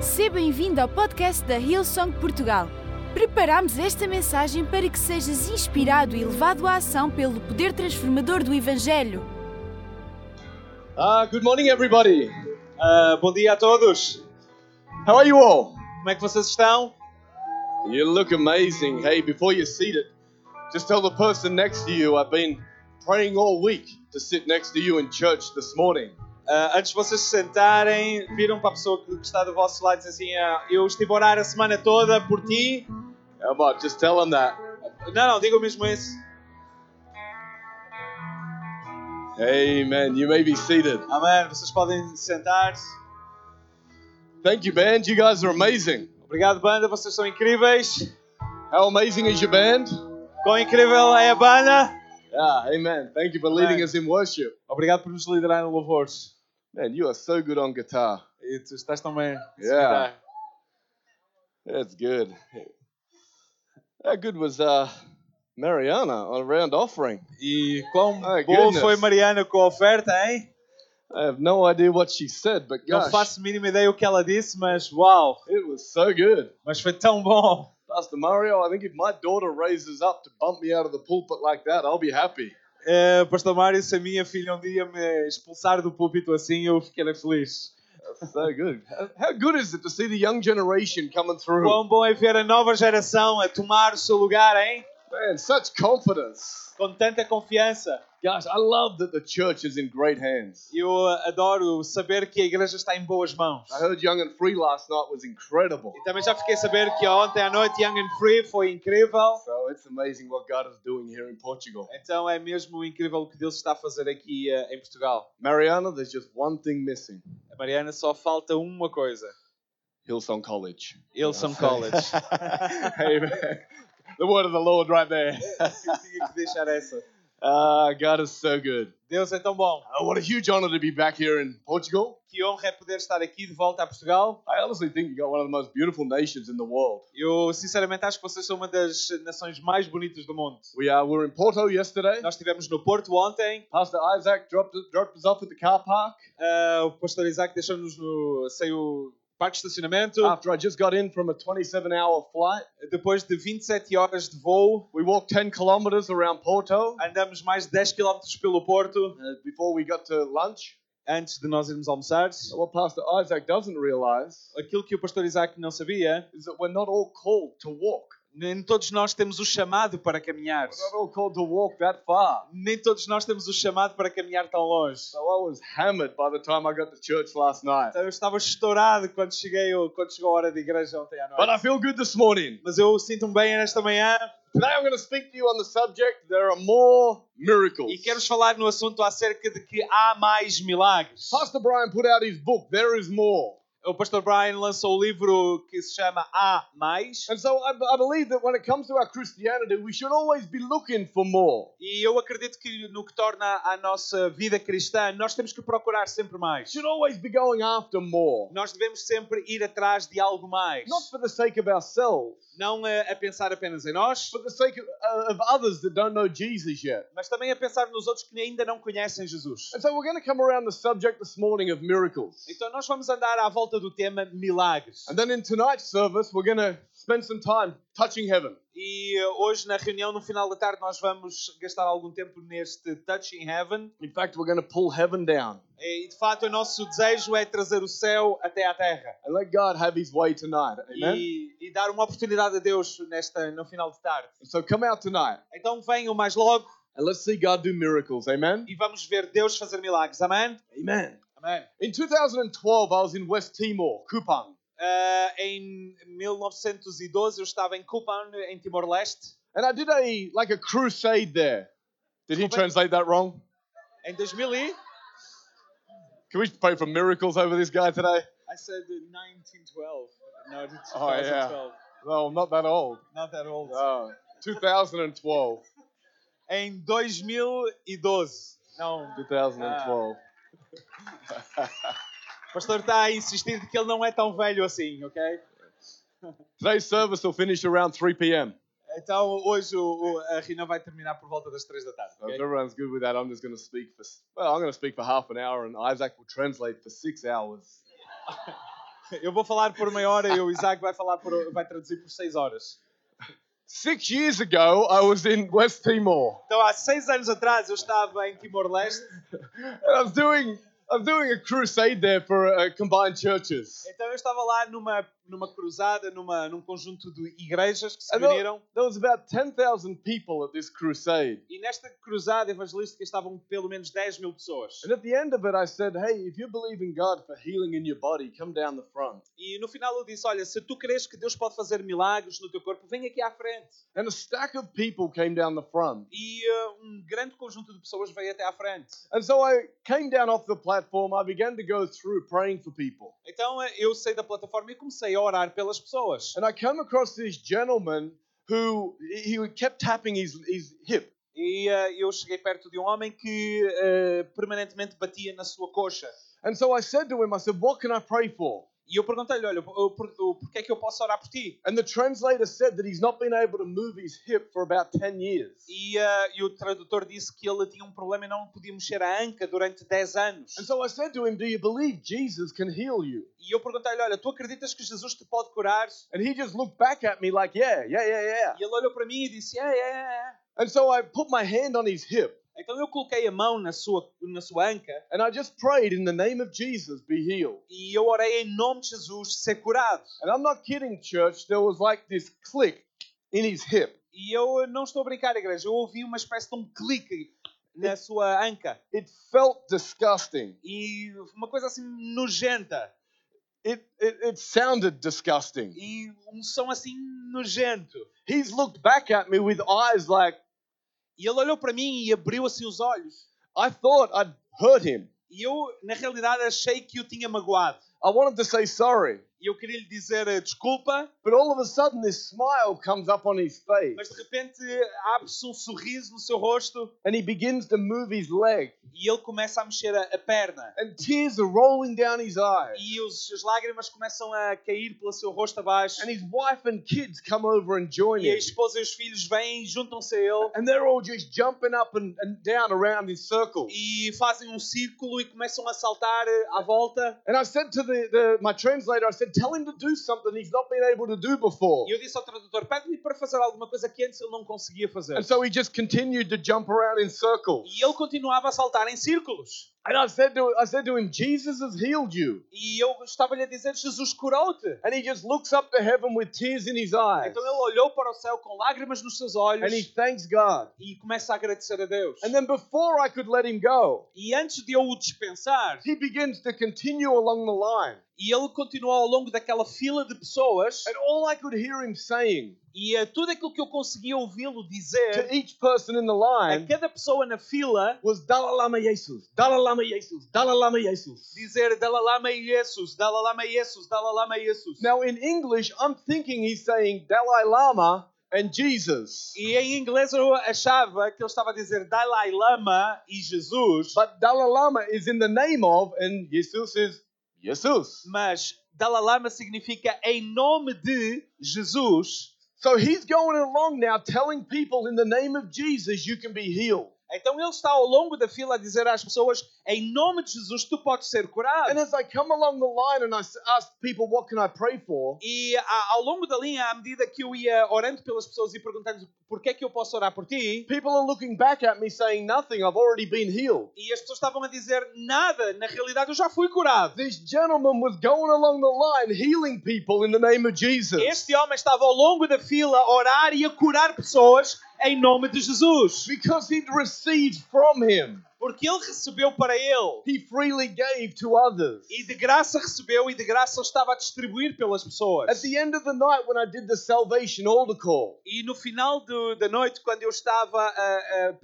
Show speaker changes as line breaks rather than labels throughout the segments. Seja bem-vindo ao podcast da Hillsong Portugal. Preparamos esta mensagem para que sejas inspirado e levado à ação pelo poder transformador do Evangelho.
Ah, good morning, everybody. Ah, bom dia a todos. How are you all? Como é que vocês estão?
You look amazing. Hey, before you're seated, just tell the person next to you I've been praying all week to sit next to you in church this morning.
Ah, antes de vocês se sentarem, viram para a pessoa que está do vosso lado e dizem assim: ah, Eu estive a orar a semana toda por ti.
How about just tell them that?
Não, não, digam mesmo isso.
Amen. You may be seated.
Amém. Vocês podem sentar-se.
Thank you, band. You guys are amazing.
Obrigado, banda. Vocês são incríveis.
How amazing is your band?
Quão incrível é a banda.
Yeah, amen. Thank you for leading
Amen.
us in worship.
Obrigado por nos liderar no louvores.
Man, you are so good on guitar.
E tu estás também.
Yeah. That's good. How good was uh, Mariana on round offering?
E quão
Oh,
boa
goodness.
foi Mariana com a oferta, hein?
I have no idea what she said, but
Não
gosh,
faço a mínima ideia o que ela disse, mas uau!
it was so good.
Mas foi tão bom!
Pastor Mario, I think if my daughter raises up to bump me out of the pulpit like that, I'll be happy.
Eh, Pastor Mário, se a minha filha um dia me expulsar do púlpito assim, eu ficarei feliz.
That's so good. How- How good is it to see the young generation coming through?
Quão bom é ver a nova geração a tomar o seu lugar, hein?
Man, such confidence.
Com tanta confiança.
Gosh, I love that the church is in great hands.
Eu adoro saber que a igreja está em boas mãos.
I heard Young and Free last night was incredible.
E também já fiquei a saber que ontem à noite Young and Free foi incrível.
So it's amazing what God is doing here in Portugal.
Então é mesmo incrível o que Deus está a fazer aqui eh, em Portugal.
Mariana, there's just one thing missing
A Mariana só falta uma coisa.
Hillsong College.
Ilson College.
Amen. The word of the Lord right there.
Tinha que deixar essa.
Ah, God is so good.
Deus é tão bom.
Oh, what a huge honor to be back here in Portugal.
Que honra é poder estar aqui de volta a Portugal.
I honestly think you got one of the most beautiful nations in the world.
Eu sinceramente acho que vocês são uma das nações mais bonitas do mundo.
We uh, were in Porto yesterday.
Nós estivemos no Porto ontem.
Pastor Isaac dropped, dropped us off at the car park
ah, o pastor Isaac deixou-nos no sem o parque de estacionamento.
after I just got in from a 27 hour flight.
Depois de 27 horas de voo,
We walked 10 kilometers around Porto uh,
andamos mais de 10 km pelo Porto
before we got to lunch.
antes de nós irmos almoçar.
But What Pastor Isaac doesn't realize
Aquilo que o pastor Isaac não sabia,
is that we're not all called to walk.
nem todos nós temos o chamado para caminhar.
We're not all called to walk that far.
Nem todos nós temos o chamado para caminhar tão longe.
So I was hammered by the time I got to church last night.
Então eu estava estourado quando, cheguei, quando chegou a hora de igreja ontem à
But I
noite.
feel good this morning.
Mas eu sinto-me bem nesta manhã
Today I'm going to speak to you on the subject there are more miracles.
e quero falar no assunto acerca de que há mais milagres.
Pastor Brian put out his book, There Is More.
O pastor Brian lançou o livro que se chama Há Mais
And so I, I believe that when it comes to our Christianity, we should always be looking for more.
e eu acredito que no que torna a nossa vida cristã, nós temos que procurar sempre mais.
Should always be going after more.
Nós devemos sempre ir atrás de algo mais.
Not for the sake of ourselves,
Não a, a pensar apenas em nós,
for the sake of, uh, of others that don't know Jesus yet.
mas também a pensar nos outros que ainda não conhecem Jesus.
And so we're going to come around the subject this morning of miracles.
Então nós vamos andar à volta do tema milagres.
And then in tonight's service, we're going to spend some time touching heaven.
E eh, hoje, na reunião, no final da tarde, nós vamos gastar algum tempo neste Touch in Heaven.
In fact, we're going to pull heaven down
E, de facto, o nosso desejo é trazer o céu até à terra. é?
and let God have his way tonight. Amen.
E, e dar uma oportunidade a Deus nesta, no final de tarde.
So come out tonight
Então venham mais logo
and let's see God do miracles. Amen.
e vamos ver Deus fazer milagres. Amém?
Amen.
Amém.
In 2012, I was in West Timor, Kupang,
Ah, em 1912 eu estava em Kupan, em Timor-Leste.
and I did a like a crusade there. Did he translate that wrong?
Em 2000 e...
Can we pray for miracles over this guy today?
I said 1912. No, it's
Oh, yeah.
2012.
No, I'm not that old. Uh,
Not that old.
No, 2012.
em 2012. Não,
2012.
o pastor está a insistir de que ele não é tão velho assim, ok?
Today's service will finish around 3 p.m.
Então hoje o- o- a reunião vai terminar por volta das 3 da tarde.
So if
ok?
everyone's good with that, I'm just going to speak for well, I'm going to speak for half an hour, and Isaac will translate for six hours.
Eu vou falar por meia hora e o Isaac vai, falar por, vai traduzir por seis horas.
Six years ago, I was in West Timor.
Então, há seis anos atrás, eu estava em Timor-Leste.
And I was doing, I was doing a crusade there for uh, combined churches.
Então, eu estava lá numa, numa cruzada, numa, num conjunto de igrejas que se
And there,
uniram.
there was about 10,000 people at this crusade.
E nesta cruzada evangelística estavam pelo menos 10 mil pessoas.
And at the end of it, I said, hey, if you believe in God for healing in your body, come down the front.
E no final eu disse: Olha, se tu creres que Deus pode fazer milagres no teu corpo, vem aqui à frente.
And a stack of people came down the front.
E eh, um grande conjunto de pessoas veio até à frente.
And so I came down off the platform. I began to go through praying for people.
Então eh, eu saí da plataforma e comecei a orar pelas pessoas.
And I come across this gentleman who he he kept tapping his, his hip.
E eh, eu cheguei perto de um homem que eh, permanentemente batia na sua coxa.
And so I said to him, I said, What can I pray for?
E eu perguntei-lhe: Olha, por, por, por que é que eu posso orar por ti?
And the translator said that he's not been able to move his hip for about 10 years.
E, eh, e o tradutor disse que ele tinha um problema e não podia mexer a anca durante 10 anos.
And so I said to him, Do you believe Jesus can heal you?
E eu perguntei-lhe: Olha, tu acreditas que Jesus te pode curar?
And he just looked back at me like, Yeah, yeah, yeah, yeah.
E ele olhou para mim e disse: É, é, é. é."
And so I put my hand on his hip
Então eu coloquei a mão na sua, na sua anca
and I just prayed, In the name of Jesus, be healed.
e eu orei em nome de Jesus ser curado.
And I'm not kidding, church. There was like this click in his hip.
E eu não estou a brincar, igreja. Eu ouvi uma espécie de um clique na sua anca.
It felt disgusting.
E uma coisa assim nojenta.
It, it, it sounded disgusting.
E um som assim nojento.
He's looked back at me with eyes like,
E ele olhou para mim e abriu assim os olhos.
I thought I'd hurt him.
E eu, na realidade, achei que o tinha magoado.
I wanted to say sorry.
E eu queria lhe dizer eh, desculpa,
But all of a sudden, this smile comes up on his
mas de
face
repente abre-se um sorriso no seu rosto
and he begins to move his leg.
e ele começa a mexer a, a perna.
And tears are rolling down his eyes.
E os, as lágrimas começam a cair pelo seu rosto abaixo.
And his wife and kids come over and join
E a
him.
esposa e os filhos vêm e juntam-se a ele.
And they're all just jumping up and, and down around in circles.
e fazem um círculo e começam a saltar eh, à volta.
And I said to the, the my translator, I said, tell him to do something he's not been able to do before.
E eu disse ao tradutor: pede-lhe para fazer alguma coisa que antes ele não conseguia fazer.
And so he just continued to jump around in circles.
E ele continuava a saltar em círculos.
And I said to I said to him, Jesus has healed you.
E eu estava-lhe a dizer: Jesus curou-te.
And he just looks up to heaven with tears in his eyes.
Então ele olhou para o céu com lágrimas nos seus
And he
olhos
thanks God.
e começa a agradecer a Deus.
And then before I could let him go,
E antes de eu o dispensar,
he begins to continue along the line.
e ele continuou ao longo daquela fila de pessoas,
And all I could hear him saying
e eh, tudo aquilo que eu conseguia ouvi-lo
to
dizer
each person in the
a
line
cada pessoa na fila
was Dalai Lama Jesus, Dalai Lama Jesus, Dalai Lama Jesus.
dizer Dalai Lama Jesus, Dalai Lama Jesus, Dalai Lama Jesus.
Now, in English, I'm thinking he's saying Dalai Lama and Jesus.
E em inglês eu achava que ele estava a dizer Dalai Lama e Jesus,
But Dalai Lama is in the name of, and Jesus is Jesus.
mas Dalai Lama significa em nome de Jesus.
So he's going along now telling people in the name of Jesus you can be healed.
Então ele está ao longo da fila a dizer às pessoas: em nome de Jesus tu podes ser
And
curado.
as I come along the line and I s- ask people, what can I pray for?
E a- ao longo da linha, à medida que eu ia orando pelas pessoas e perguntando por que é que eu posso orar por ti,
People are looking back at me saying nothing, I've already been healed.
e as pessoas estavam a dizer nada, na realidade eu já fui curado.
This gentleman was going along the line healing people in the name of Jesus.
Este homem estava ao longo da fila a orar e a curar pessoas em nome de Jesus.
Because he'd received from him,
Porque ele recebeu para ele.
he freely gave to others.
E de graça recebeu e de graça ele estava a distribuir pelas
At
pessoas.
the end of the night, when I did the salvation altar call,
E no final do- da noite, quando eu estava a, a-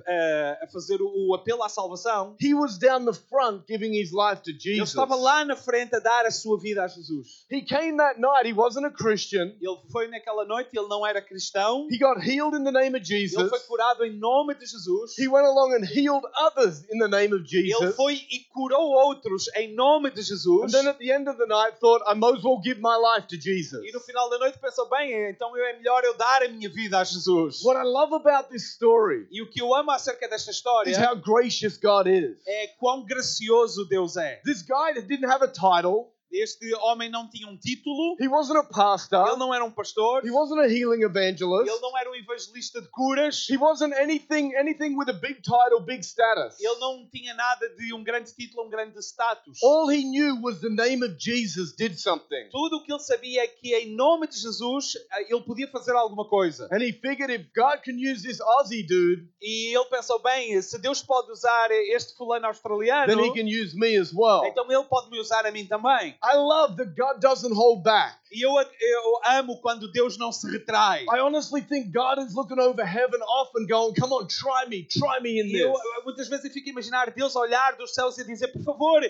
a- a fazer o, o apelo à salvação,
he was down the front giving his life to
ele
Jesus.
estava lá na frente a dar a sua vida a Jesus.
He came that night, he wasn't a Christian.
Ele foi naquela noite, ele não era cristão,
He got healed in the name of
ele
Jesus.
foi curado em nome de Jesus.
He went along and healed others in the name of
Ele
Jesus.
foi e curou outros em nome de
And
Jesus.
then at the end of the night, thought, I might as well give my life to Jesus.
E no final da noite pensou, bem, então eu- é melhor eu dar a minha vida a Jesus.
What I love about this story
E o que eu amo acerca desta
is
história
how gracious God is.
é quão gracioso Deus é.
This guy that didn't have a title,
Este homem não tinha um título,
He wasn't a pastor.
ele não era um pastor,
He wasn't a healing evangelist.
ele não era um evangelista de curas,
He wasn't anything anything with a big title, big status.
ele não tinha nada de um grande título, um grande status.
All he knew was the name of Jesus did something.
Tudo o que ele sabia é que em nome de Jesus eh, ele podia fazer alguma coisa.
And he figured if God can use this Aussie dude,
E ele pensou bem, se Deus pode usar este fulano
then
australiano,
he can use me as well.
então ele pode me usar a mim também.
I love that God doesn't hold back.
E eu, eu amo quando Deus não se retrai.
I honestly think God is looking over heaven often going, come on, try me, try me in
E eu,
this.
eu- muitas vezes eu fico a imaginar Deus olhar dos céus e dizer: Por favor,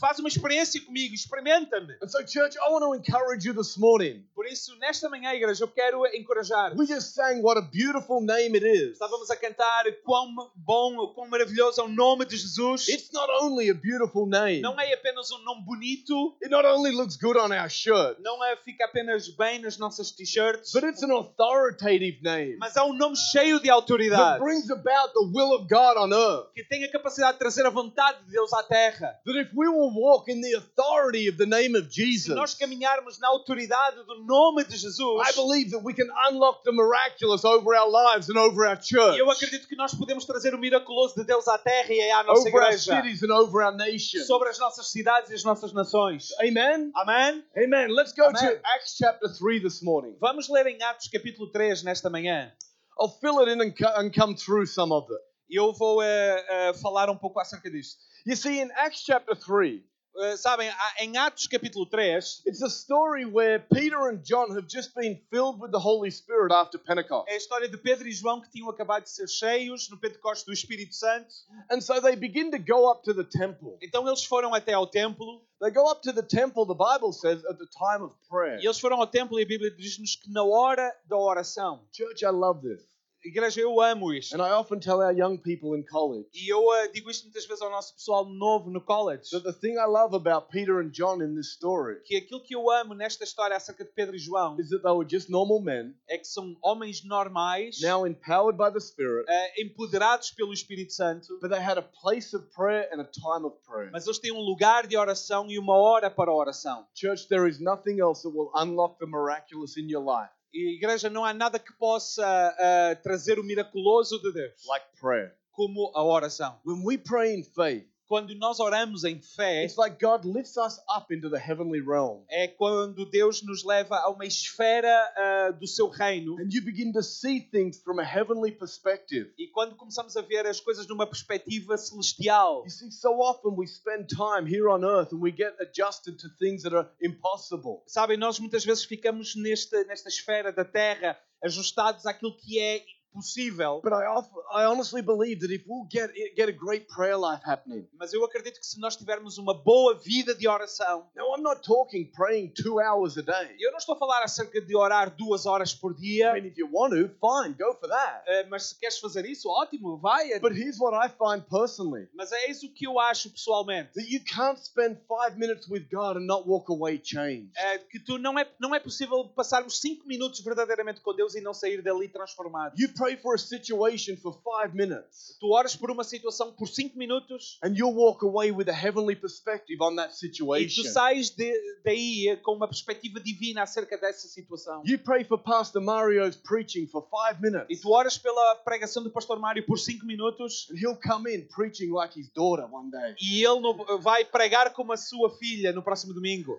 faz uma experiência comigo, experimenta-me.
And so, church, I want to encourage you this morning.
Por isso, nesta manhã, igreja, eu quero encorajar.
We just sang what a beautiful name it is.
Estávamos a cantar quão bom, quão maravilhoso é o nome de Jesus.
It's not only a beautiful name,
Não é apenas um nome bonito,
it not only looks good on our shirt,
não é fica apenas bem nas nossas t-shirts,
but it's an authoritative name
mas é um nome cheio de
that
autoridade
brings about the will of God on earth.
que tem a capacidade de trazer a vontade de Deus à terra.
That if we will walk in the authority of the name of
Se nós
Jesus,
caminharmos na autoridade do nome de Jesus,
I believe that we can unlock the miraculous over our lives and over our church,
eu acredito que nós podemos trazer o miraculoso de Deus à terra e à nossa
over our
igreja,
cities and over our nation.
sobre as nossas cidades e as nossas nações.
Amen.
Amém?
Amen. Let's go
Amen.
to Acts chapter 3 this morning.
Vamos ler em Atos capítulo 3 nesta manhã.
I'll fill it in and, co- and come through some of it.
Eu vou eh, eh, falar um pouco acerca disto.
You see, in Acts chapter 3,
Eh, sabem, há- em Atos capítulo 3,
it's a story where Peter and John have just been filled with the Holy Spirit after Pentecost.
é a história de Pedro e João que tinham acabado de ser cheios no Pentecostes do Espírito Santo.
And so they begin to go up to the temple.
Então eles foram até ao templo,
They go up to the temple, the Bible says, at the time of prayer.
e eles foram ao templo e a Bíblia diz-nos que na hora da oração.
Church, I love this.
Igreja, eu amo isto.
And I often tell our young people in college
E eu eh, digo isto muitas vezes ao nosso pessoal novo no college,
that the thing I love about Peter and John in this story
que aquilo que eu amo nesta história acerca de Pedro e João
is that they were just normal men,
é que são homens normais,
now empowered by the Spirit,
eh, empoderados pelo Espírito Santo,
but they had a place of prayer and a time of prayer.
mas eles têm um lugar de oração e uma hora para a oração.
Church, there is nothing else that will unlock the miraculous in your life
E igreja, não há nada que possa eh, trazer o miraculoso de Deus
like prayer.
como a oração.
When we pray in faith,
Quando nós oramos em fé,
it's like God lifts us up into the heavenly realm.
é quando Deus nos leva a uma esfera ah, do seu reino
And you begin to see things from a heavenly perspective.
e quando começamos a ver as coisas numa perspectiva celestial.
You see, so often we spend time here on earth and we get adjusted to things that are impossible.
Sabem, nós muitas vezes ficamos nesta, nesta esfera da terra ajustados àquilo que é possível,
But I, off- I honestly believe that if we'll get, get a great prayer life happening,
mas eu acredito que se nós tivermos uma boa vida de oração,
now I'm not talking praying two hours a day.
eu não estou a falar acerca de orar duas horas por dia,
I mean, if you want to, fine, go for that.
ah, mas se queres fazer isso, ótimo, vai.
But here's what I find personally
Mas é isso que eu acho pessoalmente.
that you can't spend five minutes with God and not walk away changed.
é, que tu não é, não é possível passarmos 5 minutos verdadeiramente com Deus e não sair dali transformado.
You pray for a situation for five minutes
Tu oras por uma situação por 5 minutos
and you'll walk away with a heavenly perspective on that
e tu
situation.
sais de- daí com uma perspectiva divina acerca dessa situação.
You pray for Pastor Mario's preaching for five
E
minutes
tu oras pela pregação do pastor Mário por 5 minutos
and he'll come in preaching like his daughter one day.
e ele no- vai pregar como a sua filha no próximo domingo.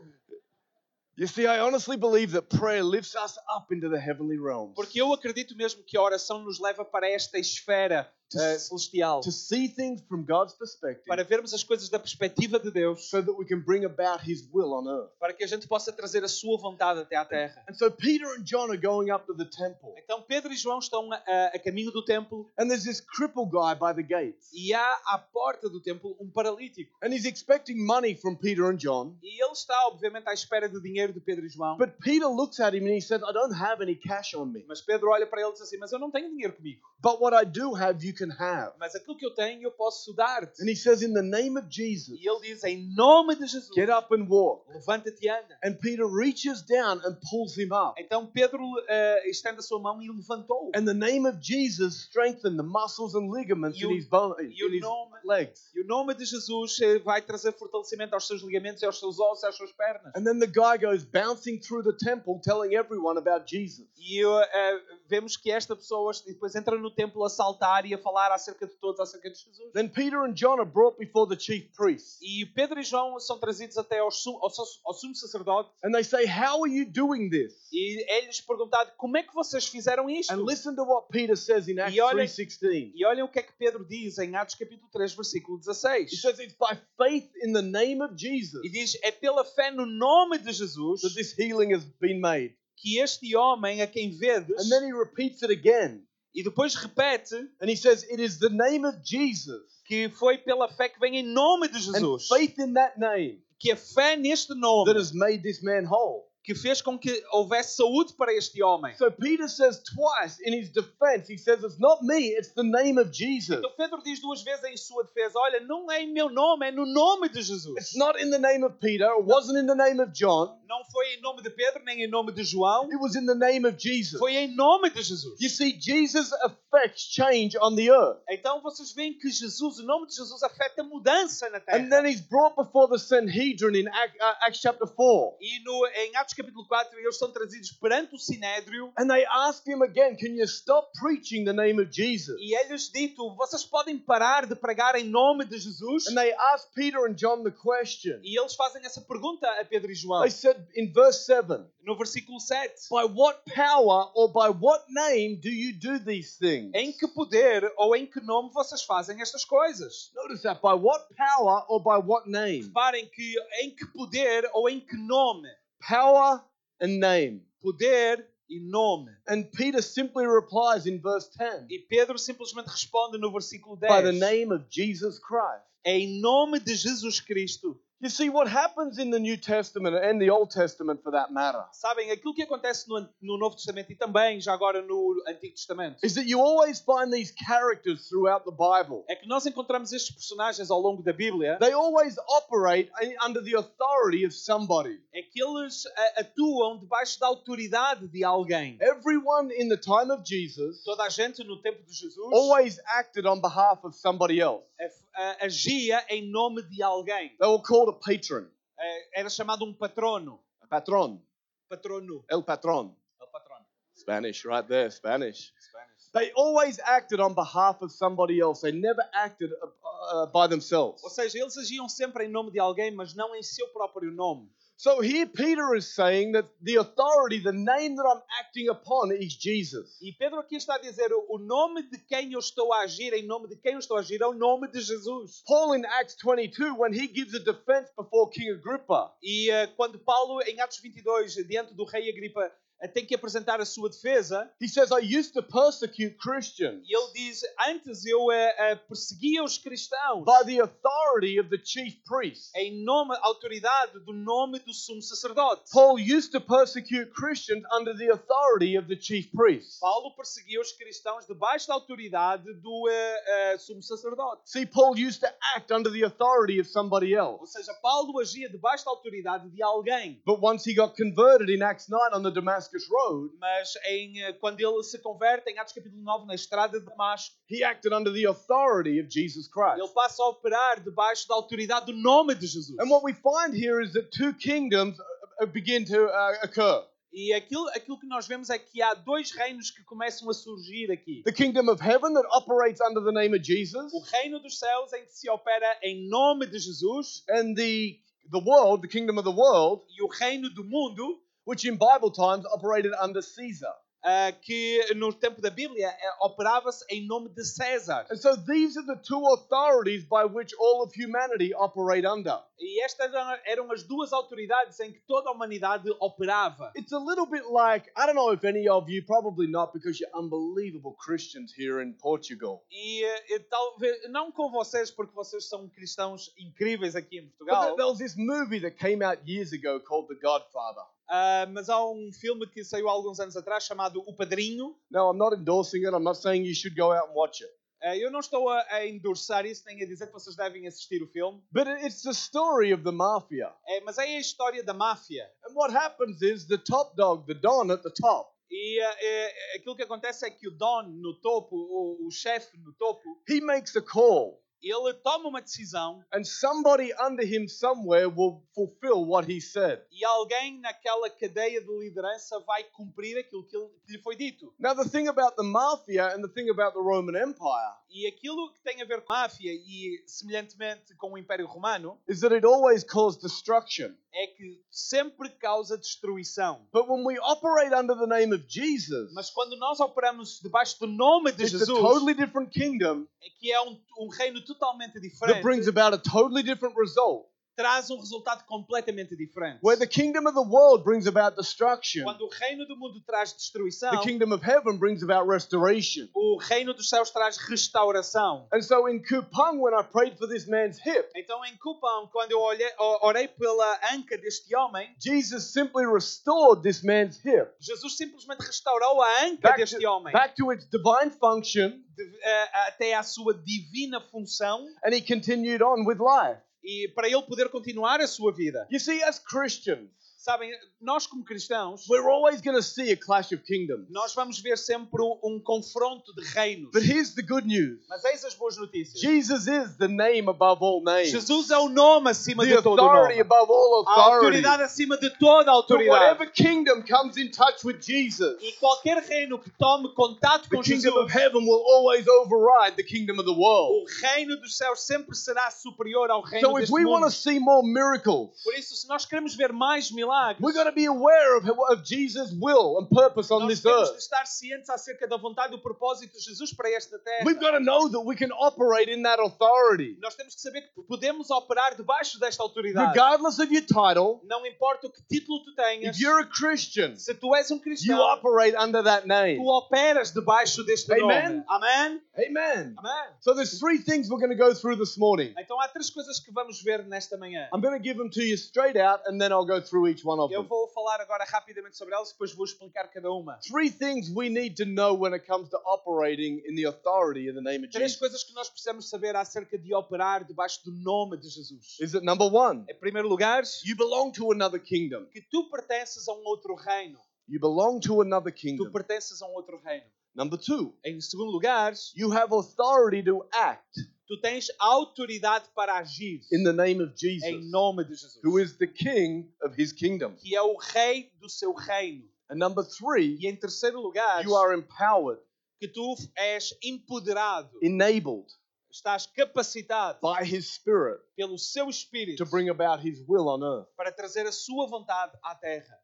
You see, I honestly believe that prayer lifts us up into the heavenly realms
Porque eu acredito mesmo que a oração nos leva para esta esfera eh, celestial.
to see things from God's
Para
perspective
vermos as coisas da perspectiva de Deus,
so that we can bring about his will on earth.
para que a gente possa trazer a sua vontade até à terra.
And so Peter and John are going up to the temple.
Então Pedro e João estão a, a- a caminho do templo
And there's this cripple guy by the gates.
e há à porta do templo um paralítico.
And he's expecting money from Peter and John.
E ele está, obviamente, à espera do dinheiro de Pedro e João.
But Peter looks at him and he says, I don't have any cash on me.
Mas Pedro olha para ele e diz assim: Mas eu não tenho dinheiro comigo.
But what I do have, you can have.
mas aquilo que eu tenho eu posso dar-te.
And he says, In the name of Jesus,
E ele diz, em nome de Jesus,
get up and walk.
levanta-te e anda.
And Peter reaches down and pulls him up.
Então Pedro eh, estende a sua mão e levantou-o.
And the name of Jesus strengthened the muscles and ligaments
You-
in his bone, in
you
his
know-
legs.
E o nome de Jesus eh, vai trazer fortalecimento aos seus ligamentos, aos seus ossos, às suas pernas.
And then the guy goes bouncing through the temple telling everyone about Jesus.
E eh, vemos que esta pessoa depois entra no templo a saltar e a falar acerca de todos, acerca de Jesus.
Then Peter and John are brought before the chief priests.
E Pedro e João são trazidos até ao, su- ao su- ao sumo sacerdote
And they say, How are you doing this?
e é-lhes perguntado como é que vocês fizeram isto?
And listen to what Peter says in Acts
olhem-
3.16.
E olhem o que é que Pedro diz em Atos capítulo 3, versículo
He
16.
says, It's by faith in the name of Jesus
E diz, é pela fé no nome de Jesus
that this healing has been made.
que este homem a quem vedes,
And then he repeats it again.
e depois repete
And he says, It is the name of Jesus
que foi pela fé que vem em nome de
and
Jesus,
faith in that name
que a fé neste nome
that has made this man whole.
que fez com que houvesse saúde para este homem.
So Peter says twice in his defense, he says, It's not me, it's the name of Jesus.
Então Pedro diz duas vezes em sua defesa: Olha, não é em meu nome, é no nome de Jesus.
It's not in the name of Peter, it wasn't in the name of John,
Não foi em nome de Pedro, nem em nome de João,
it was in the name of Jesus.
foi em nome de Jesus.
You see, Jesus affects change on the earth.
Então vocês veem que Jesus, o nome de Jesus, afeta a mudança na
And
terra.
then he's brought before the Sanhedrin in Act, uh, Acts chapter 4.
E no, em Atos capítulo 4, eles são trazidos perante o Sinédrio
And they ask him again, Can you stop preaching the name of Jesus?
e é-lhes dito: Vocês podem parar de pregar em nome de Jesus?
And they ask Peter and John the question.
E eles fazem essa pergunta a Pedro e João,
They said in verse 7
no versículo 7.
By what power or by what name do you do these things?
Em que poder ou em que nome vocês fazem estas coisas?
Notice that. By what power or by what name?
Reparem que em que poder ou em que nome?
Power and name.
Poder e nome.
And Peter simply replies in verse 10
E Pedro simplesmente responde no versículo 10.
By the name of Jesus Christ.
É em nome de Jesus Cristo.
You see, what happens in the New Testament and the Old Testament for that matter
Sabem, aquilo que acontece no, An- no Novo Testamento e também já agora no Antigo Testamento
is that you always find these characters throughout the Bible.
é que nós encontramos estes personagens ao longo da Bíblia
They always operate i- under the authority of somebody.
é que eles a- atuam debaixo da autoridade de alguém.
É- Everyone in the time of Jesus
Toda a gente no tempo de Jesus
always acted on behalf of somebody else.
eh, f- eh, agia em nome de alguém.
They were called a patron.
Eh, Era chamado um patrono.
A patron.
Patrono.
El patron.
El patrono.
Spanish, right there, Spanish.
Spanish.
They always acted on behalf of somebody else. They never acted uh, uh, by themselves.
Ou seja, eles agiam sempre em nome de alguém, mas não em seu próprio nome.
So here Peter is saying that the authority, the name that I'm acting upon is Jesus.
E Pedro aqui está a dizer o nome de quem eu estou a agir, em nome de quem eu estou a agir, é o nome de Jesus.
Paul in Acts 22, when he gives a defense before King Agrippa,
E eh, quando Paulo, em Atos 22, diante do rei Agripa, eh, tem que apresentar a sua defesa,
he says, I used to persecute Christians
e ele diz, antes eu eh, eh, perseguia os cristãos
by the authority of the chief priests.
em nome, autoridade do nome do sumo sacerdote.
Paul used to persecute Christians under the authority of the chief priests.
Paulo perseguia os cristãos debaixo da autoridade do eh, eh, sumo sacerdote.
See, Paul used to act under the authority of somebody
Ou
else.
seja, Paulo agia debaixo da autoridade de alguém.
But once he got converted in Acts 9 on the Damascus Road,
Mas em, eh, quando ele se converte, em Atos capítulo 9, na estrada de Damasco,
he acted under the authority of Jesus Christ.
ele passa a operar debaixo da autoridade do nome de Jesus.
And what we find here is that two kingdoms uh, uh, begin to uh, occur
E aquilo, aquilo que nós vemos é que há dois reinos que começam a surgir aqui.
the kingdom of heaven that operates under the name of Jesus,
O reino dos céus, em que se opera em nome de Jesus,
and the, the world, the kingdom of the world,
e o reino do mundo,
which in Bible times operated under Caesar.
ah, que no tempo da Bíblia eh, operava-se em nome de César.
And so these are the two authorities by which all of humanity operate under.
E estas eram- eram as duas autoridades em que toda a humanidade operava.
It's a little bit like, I don't know if any of you, probably not, because you're unbelievable Christians here in Portugal.
E, eh, talvez, não com vocês, porque vocês são cristãos incríveis aqui em
But there-
Portugal,
there was this movie that came out years ago called The Godfather.
ah, mas há um filme que saiu há alguns anos atrás chamado O Padrinho.
Now, I'm not endorsing it, I'm not saying you should go out and watch it.
Eh, eu não estou a, a endossar isso nem a dizer que vocês devem assistir o filme,
but it's the story of the mafia.
eh, mas é a história da máfia.
And what happens is the top dog, the Don at the top,
E eh, eh, aquilo que acontece é que o Don no topo, o, o chefe no topo,
he makes a call.
ele toma uma decisão
And somebody under him somewhere will fulfill what he said.
e alguém naquela cadeia de liderança vai cumprir aquilo que, ele- que lhe foi dito.
Now, the thing about the mafia and the thing about the Roman Empire
E aquilo que tem a ver com a máfia e semelhantemente com o Império Romano
is that it always caused destruction.
é que sempre causa destruição.
But when we operate under the name of Jesus,
Mas quando nós operamos debaixo do nome de
it's
Jesus,
a totally different kingdom
é que é um, um reino totalmente
that brings
diferente,
about a totally different result.
traz um resultado completamente diferente.
Where the kingdom of the world brings about destruction,
Quando o reino do mundo traz destruição,
the kingdom of heaven brings about restoration.
o reino dos céus traz restauração.
And so in Kupang, when I prayed for this man's hip,
Então, em Cupão, quando eu olhei, o- orei pela anca deste homem,
Jesus simply restored this man's hip
Jesus simplesmente restaurou a anca
back
deste
to,
homem
back to its divine function,
de- eh, a- a- até à sua divina função
and he continued on with life.
e para ele poder continuar a sua vida.
You see, as Christians,
Sabem, nós como cristãos,
we're always going to see a clash of kingdoms.
nós vamos ver sempre um, um confronto de reinos.
But here's the good news
Mas eis as boas notícias.
Jesus is the name above all names,
Jesus é o nome acima
the
de todo o
authority
nome.
above all
A
authority.
autoridade acima de toda a
So
autoridade.
whatever kingdom comes in touch with Jesus,
E qualquer reino que tome contato
the
com Jesus,
kingdom of heaven will always override the kingdom of the
o
world.
reino dos céus sempre será superior ao Oh, reino
So if
deste
we want to
mundo.
see more miracles,
Por isso, se nós queremos ver mais
we're
milagres,
going to be aware of, of Jesus' will and purpose on
nós
this
temos de
earth.
estar cientes acerca da vontade e do propósito de Jesus para esta terra.
We've got to know that we can operate in that authority.
Nós temos que saber que podemos operar debaixo desta autoridade.
Regardless of your title,
Não importa o que título tu tenhas,
if you're a Christian,
se tu és um
you
cristão,
operate under that name.
tu operas debaixo deste
Amen.
nome. Amém?
Amen.
Amém?
So there's three things we're going to go through this morning.
Então há três coisas que vamos ver nesta manhã.
I'm going to give them to you straight out, and then I'll go through each one of
Eu
them.
vou falar agora rapidamente sobre elas e depois vou explicar cada uma.
Three things we need to know when it comes to operating in the authority in the name of
Três
Jesus
coisas que nós precisamos saber acerca de operar debaixo do nome de Jesus.
is that number one,
Em primeiro lugar,
you belong to another kingdom.
que tu pertences a um outro reino.
You belong to another
Tu
kingdom.
pertences a um outro reino.
Number two,
Em segundo lugar,
you have authority to act
tu tens autoridade para agir
in the name of
em
Jesus,
nome de Jesus,
who is the king of his kingdom.
que é o rei do seu reino.
And number three,
E em terceiro lugar,
you are empowered,
que tu és empoderado,
enabled
estás capacitado
by his spirit
pelo seu
to
espírito
bring about his will on earth.
para trazer a sua vontade à terra.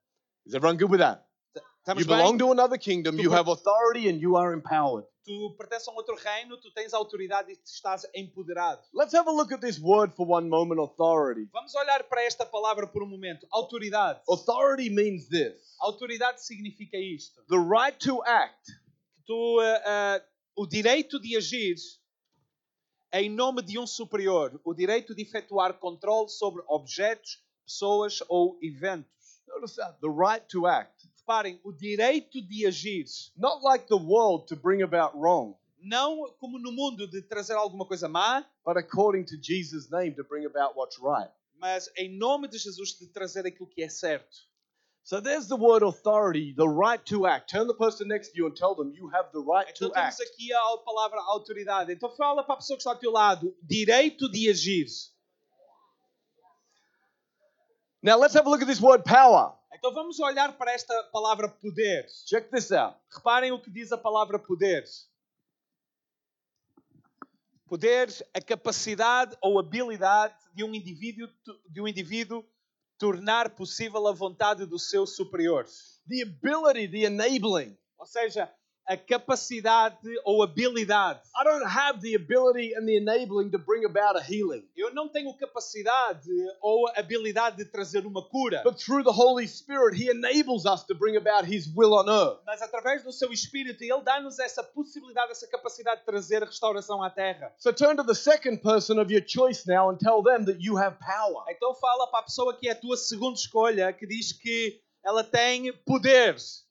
Is everyone good with that?
Estamos
You
bem?
belong to another kingdom, you have authority, and you are empowered.
Tu pertences a um outro reino, tu tens autoridade e estás empoderado.
Let's have a look at this word for one moment authority.
Vamos olhar para esta palavra por um momento. Autoridade.
Oh. Authority means this
Autoridade significa isto.
the right to act
Que tu, eh, eh, o direito de agir em nome de um superior. O direito de efetuar controle sobre objetos, pessoas ou eventos.
Notice that. The right to act.
Reparem, o direito de agir.
Not like the world to bring about wrong,
Não como no mundo de trazer alguma coisa má,
but according to Jesus' name to bring about what's right.
mas em nome de Jesus de trazer aquilo que é certo.
So there's the word authority, the right to act. Turn the person next to you and tell them you have the right
Então
to
temos
act.
aqui a palavra autoridade. Então fala para a pessoa que está ao teu lado, direito de agir.
Now let's have a look at this word power.
Então vamos olhar para esta palavra poder.
Check this out.
Reparem o que diz a palavra poder. Poder, a capacidade ou habilidade de um indivíduo, de um indivíduo tornar possível a vontade do seu superior.
The ability, the enabling.
Ou seja, a capacidade ou habilidade.
I don't have the ability and the enabling to bring about a healing.
Eu não tenho capacidade ou habilidade de trazer uma cura.
But through the Holy Spirit, He enables us to bring about His will on earth.
mas através do seu Espírito, Ele dá-nos essa possibilidade, essa capacidade de trazer restauração à terra.
So turn to the second person of your choice now and tell them that you have power.
Então fala para a pessoa que é a tua segunda escolha, que diz que ela tem poderes.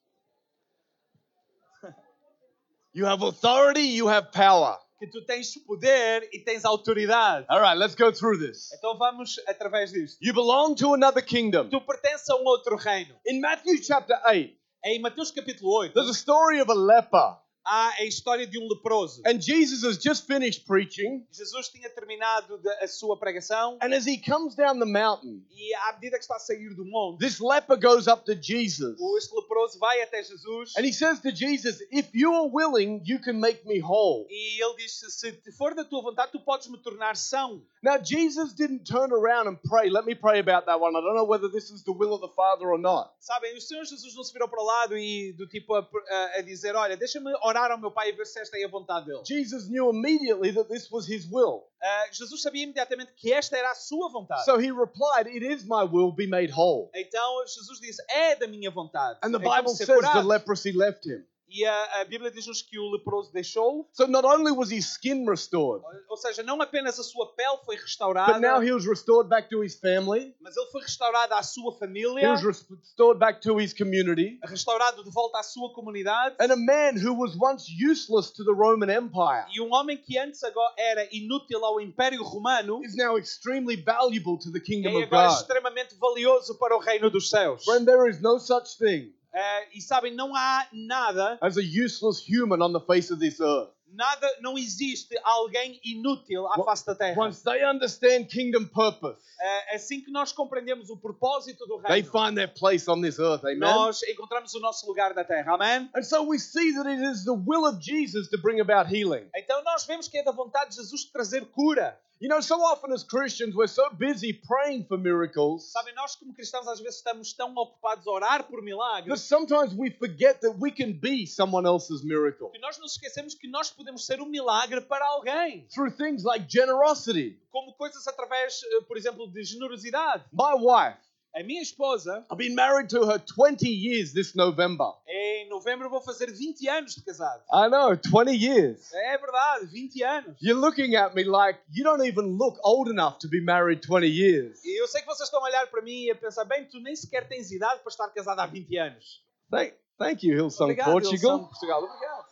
You have authority, you have power.
que tu tens poder e tens autoridade.
All right, let's go through this.
Então vamos através disto.
You belong to another kingdom.
Tu pertences a um outro reino. É
In Matthew chapter 8,
Em Mateus capítulo 8,
there's a story of a leper.
há a história de um leproso.
And Jesus has just finished preaching.
Jesus tinha terminado de- a sua pregação
And as he comes down the mountain,
e à medida que está a sair do monte,
this leper goes up to Jesus.
o- este leproso vai até Jesus
And he says to Jesus, If you are willing, you can make me whole.
e ele diz se te for da tua vontade, tu podes me tornar são.
Now, Jesus didn't turn around and pray. Let me pray about that one. I don't know whether this is the will of the Father or not.
Sabem, o Senhor Jesus não se virou para o lado e do tipo a, a- a dizer, olha, deixa-me orar ao meu pai e ver se esta é a vontade dele.
Jesus knew immediately that this was his will.
Ah, Jesus sabia imediatamente que esta era a sua vontade.
So he replied, It is my will, be made whole.
Então Jesus disse, é da minha vontade.
And the
É como
Bible
ser
says the
curado.
leprosy left him.
E a, a Bíblia diz-nos que o leproso deixou,
So not only was his skin restored,
ou- ou seja, não apenas a sua pele foi
but
restaurada,
now he was restored back to his family.
mas ele foi restaurado à sua
He
família,
was restored back to his community.
restaurado de volta à sua comunidade.
And a man who was once useless to the Roman Empire
E um homem que antes agora era inútil ao Império Romano,
is now extremely valuable to the kingdom
é
of
agora
God.
extremamente valioso para o reino dos céus.
Friend, there is no such thing
Eh, e sabem, não há nada,
as a useless human on the face of this earth.
nada, não existe alguém inútil à
Wa-
face da terra.
Once they understand kingdom purpose,
Eh, assim que nós compreendemos o propósito do
they
reino,
find their place on this earth. Amen.
nós encontramos o nosso lugar da terra. Amém?
And so we see that it is the will of Jesus to bring about healing.
Então nós vemos que é da vontade de Jesus trazer cura.
You know, so often as Christians, we're so busy praying for miracles
Sabem, nós como cristãos às vezes estamos tão ocupados a orar por
that
milagres
sometimes we forget that we can be someone else's miracle
que nós nos esquecemos que nós podemos ser um milagre para alguém.
through things like generosity.
Como coisas através, eh, por exemplo, de generosidade.
My wife,
A minha esposa,
I've been married to her 20 years this November.
em novembro vou fazer 20 anos de casado.
I know, 20 years.
É verdade, 20 anos.
You're looking at me like you don't even look old enough to be married 20 years.
E eu sei que vocês estão a olhar para mim e a pensar, bem, tu nem sequer tens idade para estar casado há 20 anos.
Thank, thank you, Hillsong
Obrigado, Wilson,
Portugal.
Portugal, obrigado.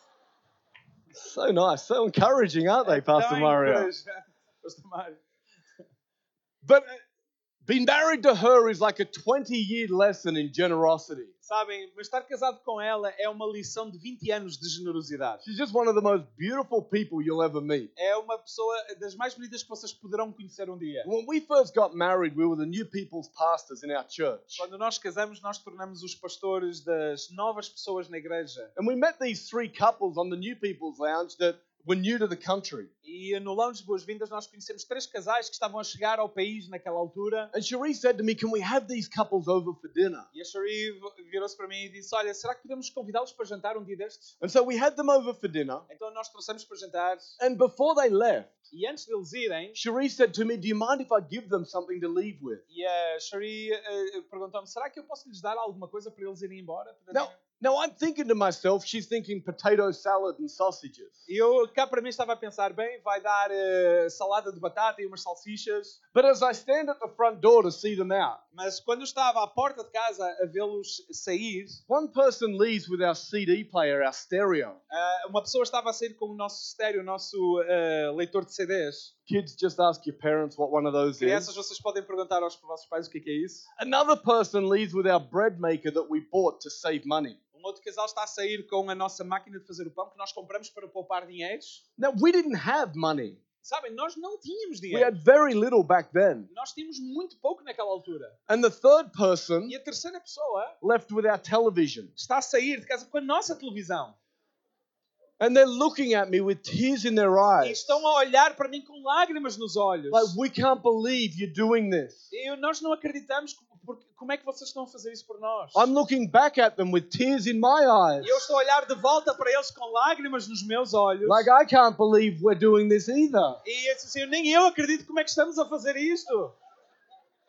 So nice, so encouraging, aren't they, Pastor
Tão
Mario?
encorajado, Pastor Mário.
But uh, being married to her is like a 20 year lesson in generosity.
Sabem, mas estar casado com ela é uma lição de 20 anos de generosidade.
She's just one of the most beautiful people you'll ever meet.
É uma pessoa das mais bonitas que vocês poderão conhecer um dia.
When we first got married, we were the new people's pastors in our church.
Quando nós casamos, nós tornamos os pastores das novas pessoas na igreja.
And we met these three couples on the new people's lounge that were new to the country.
E no Lounge Boas-Vindas nós conhecemos três casais que estavam a chegar ao país naquela altura.
And Cherie said to me, Can we have these couples over for dinner?
E a Sharif virou-se para mim e disse, olha, será que podemos convidá-los para jantar um dia destes?
And so we had them over for dinner.
Então nós trouxemos para jantar.
And before they left,
E antes deles irem,
Cherie said to me, Do you mind if I give them something to leave with?
e a Shari eh, perguntou-me, será que eu posso lhes dar alguma coisa para eles irem embora? Poderem-
Não. Now I'm thinking to myself, she's thinking potato salad and sausages.
Eu cá para mim estava a pensar, bem, vai dar eh, salada de batata e umas salsichas.
But as I stand at the front door to see them out,
Mas quando eu estava à porta de casa a vê-los sair,
one person leaves with our CD player, our stereo.
ah, uma pessoa estava a sair com o nosso estéreo, o nosso ah, leitor de CDs.
Kids, just ask your parents what one of those is.
Crianças, vocês podem perguntar aos vossos pais o que é, que é isso.
Another person leaves with our bread maker that we bought to save money.
Um outro casal está a sair com a nossa máquina de fazer o pão que nós compramos para poupar dinheiros.
Now, we didn't have money.
Sabem, nós não tínhamos
We
dinheiro.
had very little back then.
Nós tínhamos muito pouco naquela altura.
And the third person
E a terceira pessoa
left with our television.
está a sair de casa com a nossa televisão.
And they're looking at me with tears in their
E
eyes.
estão a olhar para mim com lágrimas nos olhos.
Like, we can't believe you're doing this.
Eu, nós não acreditamos co- porque, como é que vocês estão a fazer isso por nós.
I'm looking back at them with tears in my eyes.
E eu estou a olhar de volta para eles com lágrimas nos meus olhos.
Like, I can't believe we're doing this either.
E eu disse assim, nem eu acredito como é que estamos a fazer isto.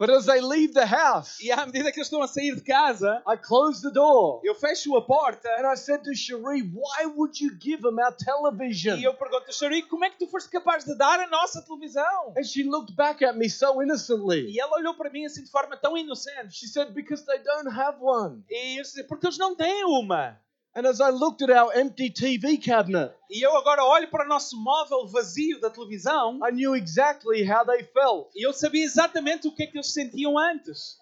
But as they leave the house,
E à medida que eles estão a sair de casa,
I close the door.
eu fecho a porta
And I said to Cherie, why would you give them our television?
e eu pergunto, Shari, como é que tu foste capaz de dar a nossa televisão?
And she looked back at me so innocently.
E ela olhou para mim assim de forma tão inocente.
She said, because they don't have one.
E eu disse, porque eles não têm uma.
And as I looked at our empty TV cabinet,
E eu agora olho para o nosso móvel vazio da televisão
I knew exactly how they felt.
e eu sabia exatamente o que é que eles sentiam antes.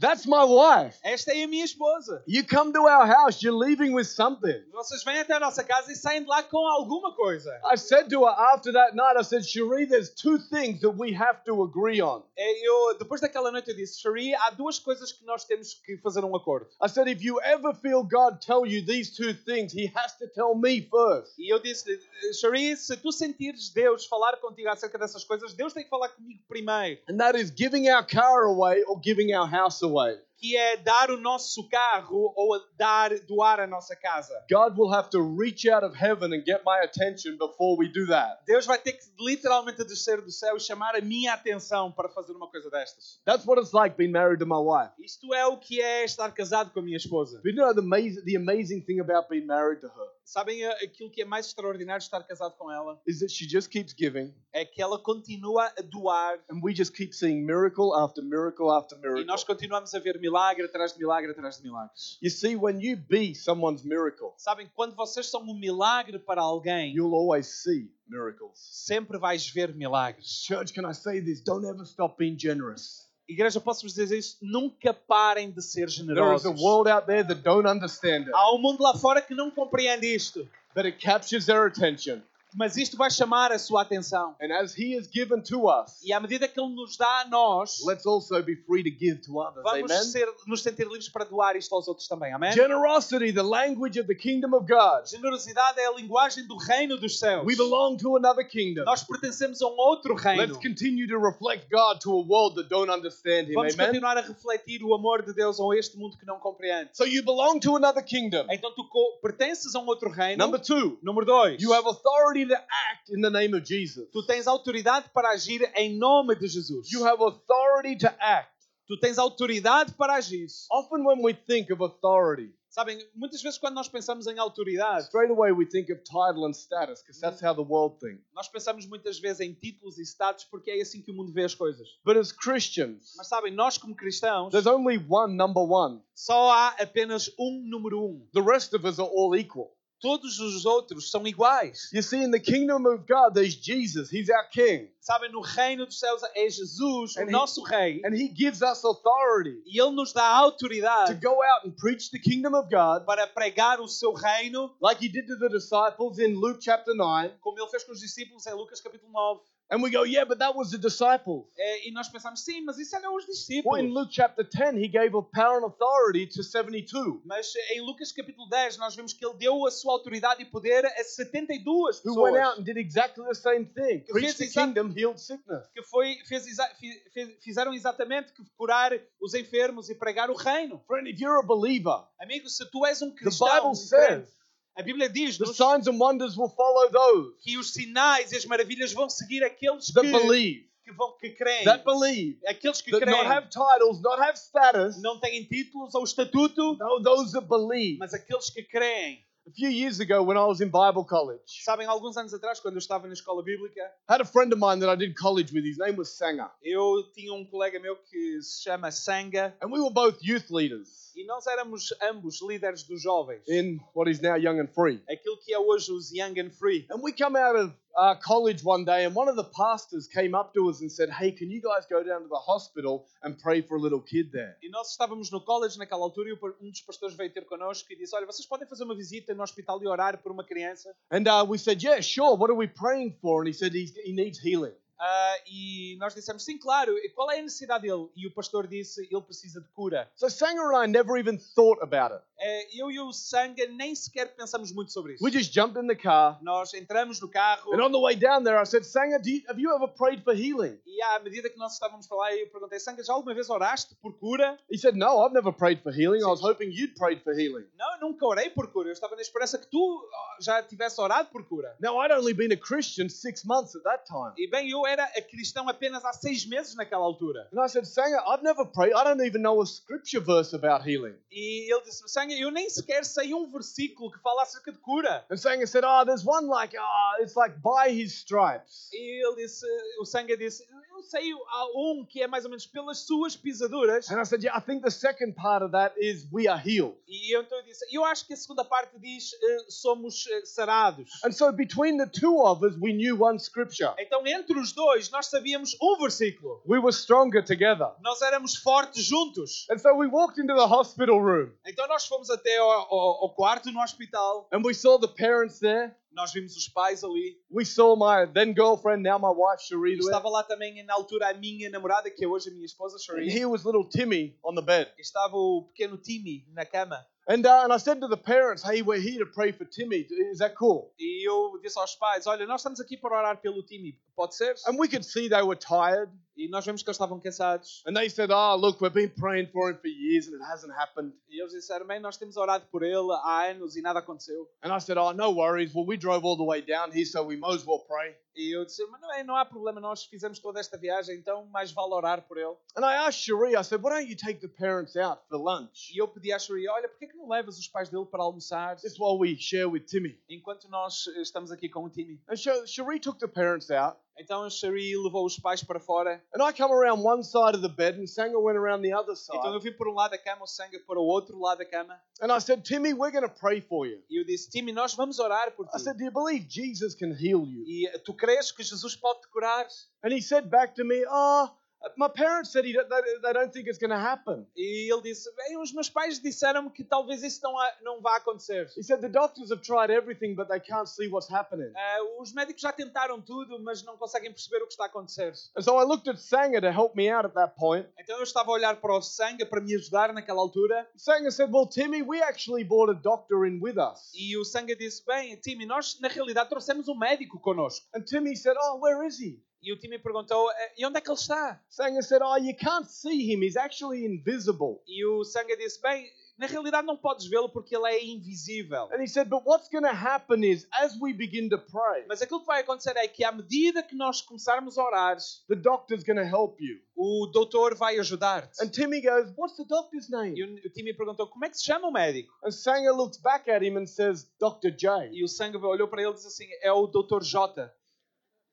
That's my wife.
Esta é a minha esposa.
You come to our house, you're leaving with something.
Vocês vêm até a nossa casa e saem de lá com alguma coisa.
I said to her after that night, I said, Cherie, there's two things that we have to agree on.
É, Eu, depois daquela noite eu disse, Sharia, há duas coisas que nós temos que fazer um acordo.
I said, if you ever feel God tell you these two things, He has to tell me first.
E eu disse, Sharia, se tu sentires Deus falar contigo acerca dessas coisas, Deus tem que falar comigo primeiro.
And that is giving our car away or giving our house away.
Que é dar o nosso carro ou a dar, doar a nossa casa.
God will have to reach out of heaven and get my attention before we do that.
Deus vai ter que literalmente descer do céu e chamar a minha atenção para fazer uma coisa destas.
That's what it's like being married to my wife.
Isto é o que é estar casado com a minha esposa.
But you know the amazing, the amazing thing about being married to her
Sabem a- aquilo que é mais extraordinário de estar casado com ela?
is that she just keeps giving,
É que ela continua a doar
and we just keep seeing miracle after miracle after
e
miracle.
nós continuamos a ver milagre atrás de milagre atrás de milagres.
You see, when you be someone's miracle,
Sabem, quando vocês são um milagre para alguém,
you'll always see miracles.
sempre vais ver milagres.
Church, can I say this? Don't ever stop being generous.
Igreja, posso-vos dizer isto? Nunca parem de ser
There is a
generosos.
world out there that don't understand it,
Há um mundo lá fora que não compreende isto,
but it captures their attention.
mas isto vai chamar a sua atenção.
And as He is given to us,
E à medida que Ele nos dá a nós,
let's also be free to give to others.
vamos
Amen.
ser, nos sentir livres para doar isto aos outros também. Amém?
Generosity, the language of the kingdom of God.
Generosidade é a linguagem do reino dos céus.
We belong to another kingdom.
Nós pertencemos a um outro reino.
Let's continue to reflect God to a world that don't understand Him.
Vamos
Amen.
continuar a refletir o amor de Deus a este mundo que não compreende.
So you belong to another kingdom.
Então tu co- pertences a um outro reino.
Number two,
Número 2.
you have authority to act in the name of Jesus.
Tu tens autoridade para agir em nome de Jesus.
You have authority to act.
Tu tens autoridade para agir.
Often when we think of authority,
Sabem, muitas vezes quando nós pensamos em autoridade,
straight away we think of title and status because that's how the world thinks.
nós pensamos muitas vezes em títulos e status porque é assim que o mundo vê as coisas.
But as Christians,
Mas sabem, nós como cristãos,
there's only one number one.
só há apenas um número um.
The rest of us are all equal.
Todos os outros são iguais.
You see, in the kingdom of God, there's Jesus. He's our king.
Sabem, no reino dos céus é Jesus,
And
o
he-
nosso rei,
And he gives us authority
e ele nos dá
to
autoridade
go out and preach the kingdom of God
para pregar o seu reino,
like he did to the disciples in Luke chapter 9.
como ele fez com os discípulos em Lucas capítulo 9.
And we go, yeah, but that was the disciples.
É, e nós pensamos, sim, mas isso eram os
Well, in
discípulos.
Luke chapter 10, he gave a power and authority to 72
Mas em Lucas capítulo 10 nós vemos que ele deu a sua autoridade e poder a 72
who went out
pessoas
and did exactly the same thing preached the kingdom, healed sickness.
que foi, fez exa- fi- fi- fizeram exatamente que curar os enfermos e pregar o reino.
Friend, if you're a believer,
Amigo, se tu és um
the
cristão,
Bible
um crente,
says
a Bíblia diz
the signs and wonders will follow those
que os sinais e as maravilhas vão seguir aqueles que,
that believe,
que vão, que creem.
that believe,
Aqueles que
that
creem
not have titles, not have status.
não têm títulos ou estatuto,
No, those that believe.
mas aqueles que creem.
A few years ago, when I was in Bible college,
Sabem, alguns anos atrás, quando eu estava na escola bíblica,
I had a friend of mine that I did college with. His name was Sanger.
eu tinha um colega meu que se chama Sanga
And we were both youth leaders
e nós éramos ambos líderes dos jovens.
in what is now Young and Free.
Aquilo que é hoje os Young and Free.
And we come out of uh, college one day, and one of the pastors came up to us and said, Hey, can you guys go down to the hospital and pray for a little kid there?
E nós estávamos no college naquela altura e um dos pastores veio ter connosco e disse: Olha, vocês podem fazer uma visita no hospital e orar por uma criança?
And uh, we said, Yeah, sure. What are we praying for? And he said, He's, He needs healing.
Ah, e nós dissemos: Sim, claro, e qual é a necessidade dele? E o pastor disse: Ele precisa de cura.
So Sanger and I never even thought about it.
Eh, eu e o Sanga nem sequer pensamos muito sobre isso.
We just jumped in the car.
Nós entramos no carro
And on the way down there, I said, Sanger, do you, have you ever prayed for healing?
e à medida que nós estávamos para lá eu perguntei, Sanga, já alguma vez oraste por cura?
He said, No, I've never prayed for healing. I was hoping you'd prayed for healing.
Não, eu nunca orei por cura. Eu estava na esperança que tu oh, já tivesse orado por cura.
Now, I'd only been a Christian six months at that time.
E bem, eu era a cristão apenas há seis meses naquela altura.
And I said, Sanger, I've never prayed. I don't even know a scripture verse about healing.
E ele disse, Sanga, eu nem sequer sei um versículo que fala acerca de cura.
And Sanger said, ah, Oh, there's one like, ah, it's like by his stripes.
E ele disse, o Sanga disse, eu Então saiu a um que é mais ou menos pelas suas pisaduras.
And I said, yeah, I think the second part of that is we are healed.
E eu então eu disse, eu acho que a segunda parte diz eh, somos eh, sarados.
And so between the two of us, we knew one scripture.
Então entre os dois nós sabíamos um versículo.
We were stronger together.
Nós éramos fortes juntos.
And so we walked into the hospital room
Então nós fomos até ao, ao- ao quarto no hospital.
and we saw the parents there.
Nós vimos os pais ali.
We saw my then girlfriend, now my wife, Cherie.
E estava lá também na altura a minha namorada que é hoje a minha esposa
And
Sheree.
here was little Timmy on the bed.
Estava o pequeno Timmy na cama.
And, uh, and I said to the parents, hey, we're here to pray for Timmy. Is that cool?
E eu disse aos pais, olha, nós estamos aqui para orar pelo Timmy, pode ser?
And we could see they were tired.
E nós vemos que eles estavam cansados.
And they said, oh, look, we've been praying for him for years and it hasn't happened.
E eles disseram, bem, nós temos orado por ele há anos e nada aconteceu.
And I said, oh, no worries. Well, we drove all the way down here, so we might as well pray.
E eu disse, mas não, é, não há problema, nós fizemos toda esta viagem, então mais vale orar por ele.
And I asked Cherie, I said, why don't you take the parents out for lunch?
E eu pedi à Shuri, olha, porquê que não levas os pais dele para almoçar
This while we share with Timmy.
enquanto nós eh, estamos aqui com o Timmy?
And Cher- Cherie took the parents out.
Então a Shuri levou os pais para fora.
And I come around one side of the bed and Sanger went around the other side.
Então eu vim por um lado da cama, o sangue para o outro lado da cama.
And I said, Timmy, we're going to pray for you.
E eu disse, Timmy, nós vamos orar por
I
ti.
said, Do you believe Jesus can heal you?
E eh, tu crês que Jesus pode te curar?
And he said back to me, Oh, my parents said he don't, they, they don't think it's going to happen.
E ele disse, bem, os meus pais disseram-me que talvez isso não, a- não vá acontecer.
He said, The doctors have tried everything, but they can't see what's happening.
Ah, os médicos já tentaram tudo, mas não conseguem perceber o que está a acontecer.
And so I looked at Sanger to help me out at that point.
Então eu estava a olhar para o sangue para me ajudar naquela altura.
Sanger said, Well, Timmy, we actually brought a doctor in with us.
E o sangue disse: Bem, Timmy, nós na realidade trouxemos um médico connosco.
And Timmy said, Oh, where is he?
E o Timmy perguntou: "Eh, E onde é que ele está?
Sanger said, Oh, you can't see him. He's actually invisible.
E o sangue disse: Bem, na realidade não podes vê-lo porque ele é invisível.
And he said, But what's going to happen is, as we begin to pray,
Mas aquilo que vai acontecer é que à medida que nós começarmos a orar,
the doctor's going to help you.
o doutor vai ajudar-te.
And Timmy goes, What's the doctor's name?
E o o Timmy perguntou: Como é que se chama o médico?
And Sanger looks back at him and says, Dr. J.
E o sangue olhou para ele e disse assim: É o doutor J.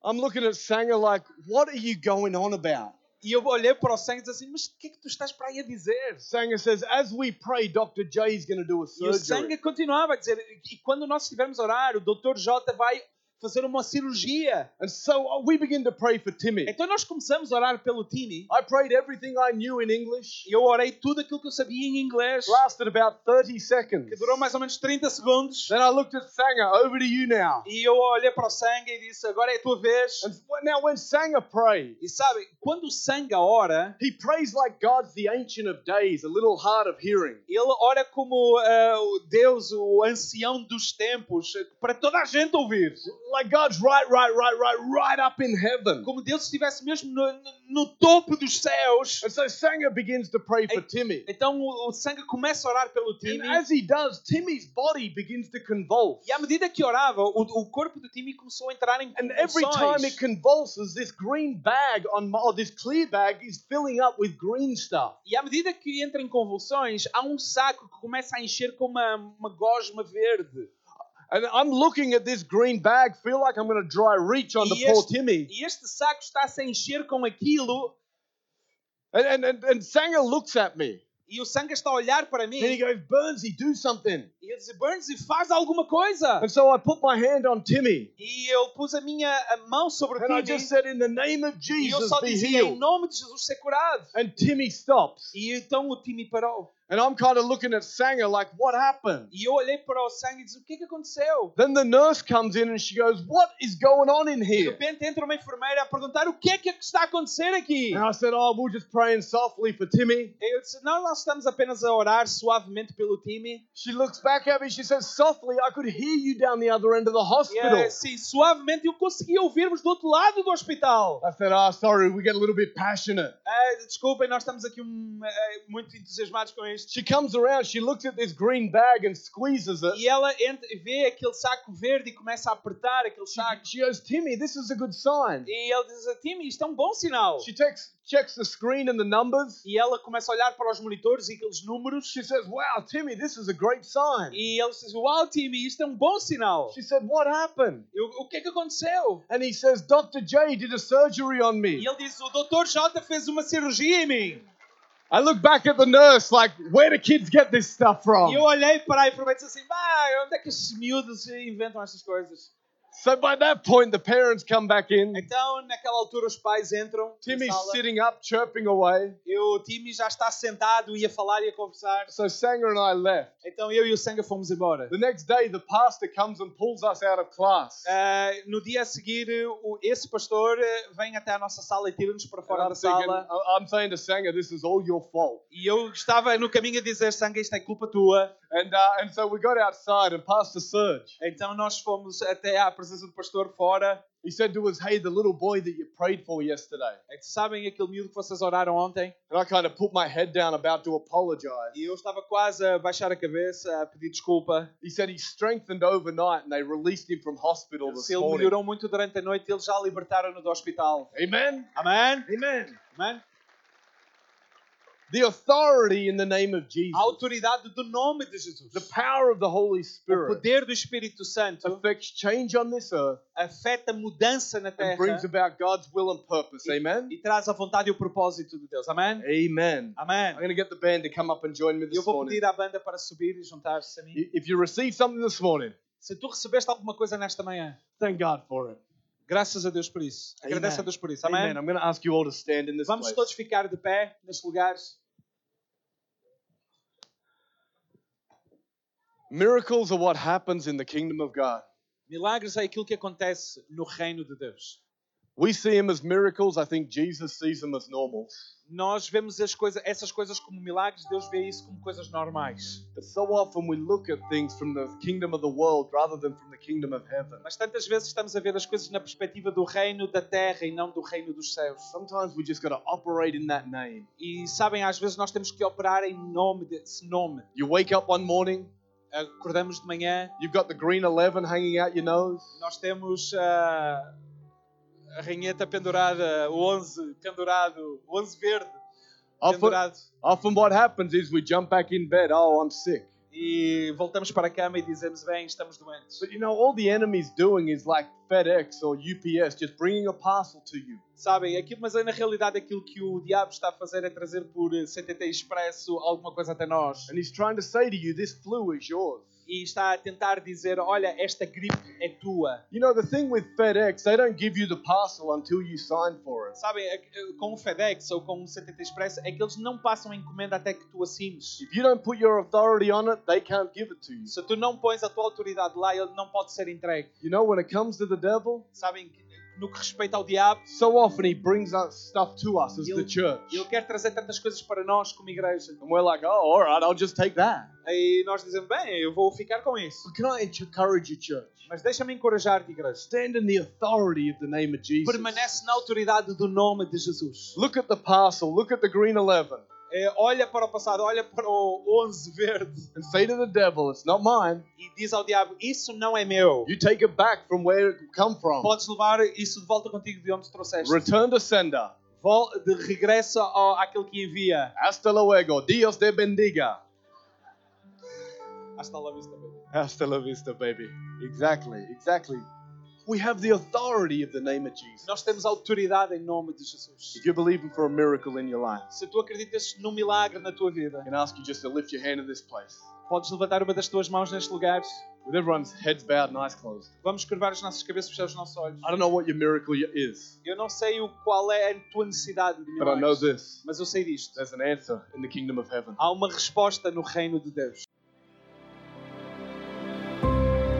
I'm looking at Sanger like, What are you going on about?
E eu olhei para o sangue e disse assim: Mas o que é que tu estás para aí a dizer?
Sanger says, As we pray, Dr. J is going to do a
E o sangue
surgery.
continuava a dizer, e quando nós estivermos a orar, o Dr. J vai fazer uma cirurgia.
And so uh, we begin to pray for Timmy.
Então nós começamos a orar pelo Timmy.
I prayed everything I knew in English.
Eu orei tudo aquilo que eu sabia em inglês,
lasted about 30 seconds.
que durou mais ou menos 30 segundos.
Then I looked at Sanger, Over to you now.
E eu olhei para o sangue e disse, agora é a tua vez.
And now, when Sanger prayed,
E sabe, quando o sangue ora,
he prays like God's the Ancient of Days, a little hard of hearing.
ele ora como ah, o Deus, o ancião dos tempos, eh, para toda a gente ouvir.
Like God's right, right, right, right, right up in heaven.
Como Deus estivesse mesmo no- no- no topo dos céus.
And so Sanger begins to pray for Timmy.
Então o o sangue começa a orar pelo
And
Timmy.
as he does, Timmy's body begins to convulse.
E à medida que orava, o, o corpo do Timmy começou a entrar em
And every time it
convulsões.
convulses, this green bag on my, or this clear bag is filling up with green stuff.
E à medida que entra em convulsões, há um saco que começa a encher com uma, uma gosma verde.
And I'm looking at this green bag, feel like I'm going to dry reach onto poor
Yes.
Timmy.
E este saco está-se a encher com aquilo
And, and, and, and Sanger looks at me.
e o sangue está a olhar para mim.
And he
E
goes, Burnsy, do something.
ele diz, Burns, e faz alguma coisa.
And so I put my hand on Timmy.
E eu pus a minha a mão sobre o
And I just
Timmy
said, In the name of
e eu
Jesus,
só
be
dizia, em
healed.
nome de Jesus, ser curado.
And Timmy stops.
E então o Timmy parou.
And I'm kind of looking at Sanger like, What happened?
E eu olhei para o sangue e disse, o que é que aconteceu?
Then the nurse comes in and she goes, What is going on in
De
here?
repente entra uma enfermeira a perguntar o que é que está a acontecer aqui.
And I said, Oh, we're just praying softly for Timmy.
Eu disse, não, nós estamos apenas a orar suavemente pelo time.
She looks back at me. She says, Softly, I could hear you down the other end of the
E,
hospital.
eh, sim, suavemente eu consegui ouvir-vos do outro lado do hospital.
I said, Oh, sorry, we get a little bit passionate.
Eh, desculpem, nós estamos aqui um, eh, muito entusiasmados com isto.
She comes around. She looks at this green bag and squeezes it.
E ela entra, vê aquele saco verde e começa a apertar aquele saco.
She goes, Timmy, this is a good sign.
E ele diz a Timmy, assim, isto é um bom sinal.
She takes checks the screen and the numbers.
E ela começa a olhar para os monitores e aqueles números.
She says, Wow, Timmy, this is a great sign.
E ela diz: Uau, Timmy, isto é um bom sinal.
She said, What happened?
Eu- o que é que aconteceu?
And he says, Dr. J did a surgery on
E
me.
ele diz: O Dr. J fez uma cirurgia em mim.
I look back at the nurse, like, Where do kids get this stuff
E
from?
eu olhei para a enfermeira e disse assim: Bah, onde é que estes miúdos inventam estas coisas?
So by that point, the parents come back in.
Então, naquela altura, os pais entram. na
Timmy's
sala.
sitting up, chirping away.
E o Timmy já está sentado e a falar e a conversar.
So Sanger and I left.
Então eu e o Sanga fomos embora.
The next day, the pastor comes and pulls us out of class.
Ah, no dia a seguir, o- esse pastor eh, vem até a nossa sala e tira-nos para
And
fora
I'm,
da
thinking,
sala.
I- I'm saying to Sanger, this is all your fault.
E eu estava no caminho a dizer: Sanga, isto é culpa tua.
And, uh, and so we got outside, and Pastor Serge,
Então nós fomos até à presença do pastor fora.
he said to us, Hey, the little boy that you prayed for yesterday.
É que Sabem aquele miúdo que vocês oraram ontem?
And I kind of put my head down, about to apologize.
E eu estava quase a baixar a cabeça, a pedir desculpa.
He said he strengthened overnight and they released him from hospital this
Se ele
morning.
melhorou muito durante a noite, eles já libertaram-no do hospital.
Amen?
Amém?
Amen.
Amém?
The authority in the name of Jesus,
A autoridade do nome de Jesus.
the power of the Holy
O
Spirit,
poder do Espírito Santo
affects change on this earth
afeta mudança na
and
terra
brings about God's will and purpose. Amen?
e traz a vontade e o propósito de Deus.
É
Amém?
Amen.
Amém.
I'm going to get the band to come up and join me
Eu
this
vou
morning.
pedir à banda para subir e juntar-se a mim.
If you receive something this morning,
Se tu recebeste alguma coisa nesta manhã,
thank God for it.
graças a Deus por isso.
Amen.
Agradece a Deus por isso.
Amen.
Amém?
I'm going to ask you all to stand in this
Vamos
place.
todos ficar de pé nestes lugares.
Miracles are what happens in the kingdom of God.
Milagres é aquilo que acontece no reino de Deus.
We see them as miracles. I think Jesus sees them as normal.
Nós vemos as coisas, essas coisas como milagres, Deus vê isso como coisas normais.
But so often we look at things from the kingdom of the world rather than from the kingdom of heaven.
Mas tantas vezes estamos a ver as coisas na perspectiva do reino da terra e não do reino dos céus.
Sometimes we just got to operate in that name.
E sabem, às vezes nós temos que operar em nome desse nome.
You wake up one morning,
Acordamos de manhã,
you've got the green 11 hanging out your nose.
nós temos ah, a ranheta pendurada, o 11 pendurado, o 11 verde
Often,
pendurado.
often what happens is we jump back in bed. Oh, I'm sick.
E voltamos para a cama e dizemos: Bem, estamos doentes.
But you know, all the enemy's doing is like FedEx or UPS, just bringing a parcel to you.
Sabem, aquilo, mas é na realidade aquilo que o diabo está a fazer é trazer por eh, CTT Expresso alguma coisa até nós.
And he's trying to say to you, this flu is yours.
E está a tentar dizer: Olha, esta gripe é tua.
You know, the thing with FedEx, they don't give you the parcel until you sign for it.
Sabem, é que, eh, com o FedEx ou com o CTT Expresso, é que eles não passam a encomenda até que tu assines.
If you don't put your authority on it, they can't give it to you.
Se tu não pões a tua autoridade lá, ele não pode ser entregue.
You know, when it comes to the devil,
Sabem, que, no que respeita ao diabo,
so often he brings us stuff to us as the
Guilt.
church.
ele quer trazer tantas coisas para nós como igreja.
And we're like, oh, all right, I'll just take that.
E nós dizemos, bem, eu vou ficar com isso.
But can I encourage you, church?
Mas deixa-me encorajar-te, igreja.
Stand in the authority of the name of Jesus.
Permanece na autoridade do nome de Jesus.
Look at the parcel, look at the green 11,
É, olha para o passado, olha para o 11 verde
and say to the devil, it's not mine.
e diz ao diabo, isso não é meu.
You take it back from where it come from.
Podes levar isso de volta contigo de onde trouxeste.
Return to sender.
Vol de regresso ao, àquele que envia.
Hasta luego. Dios te bendiga.
Hasta lá, vista, baby.
Hasta la vista, baby. Exactly, exactly. We have the authority of the name of Jesus.
Nós temos autoridade em nome de Jesus.
If you're believing for a miracle in your life,
Se tu acreditas num milagre na tua vida,
I can ask you just to lift your hand in this place.
podes levantar uma das tuas mãos neste lugar.
With everyone's heads bowed and eyes closed.
Vamos curvar as nossas cabeças, fechar os nossos olhos.
I don't know what your miracle y- is,
Eu não sei o qual é a tua necessidade de
but I know
milagres,
this.
mas eu sei disto.
There's an answer in the kingdom of heaven.
Há uma resposta no reino de Deus.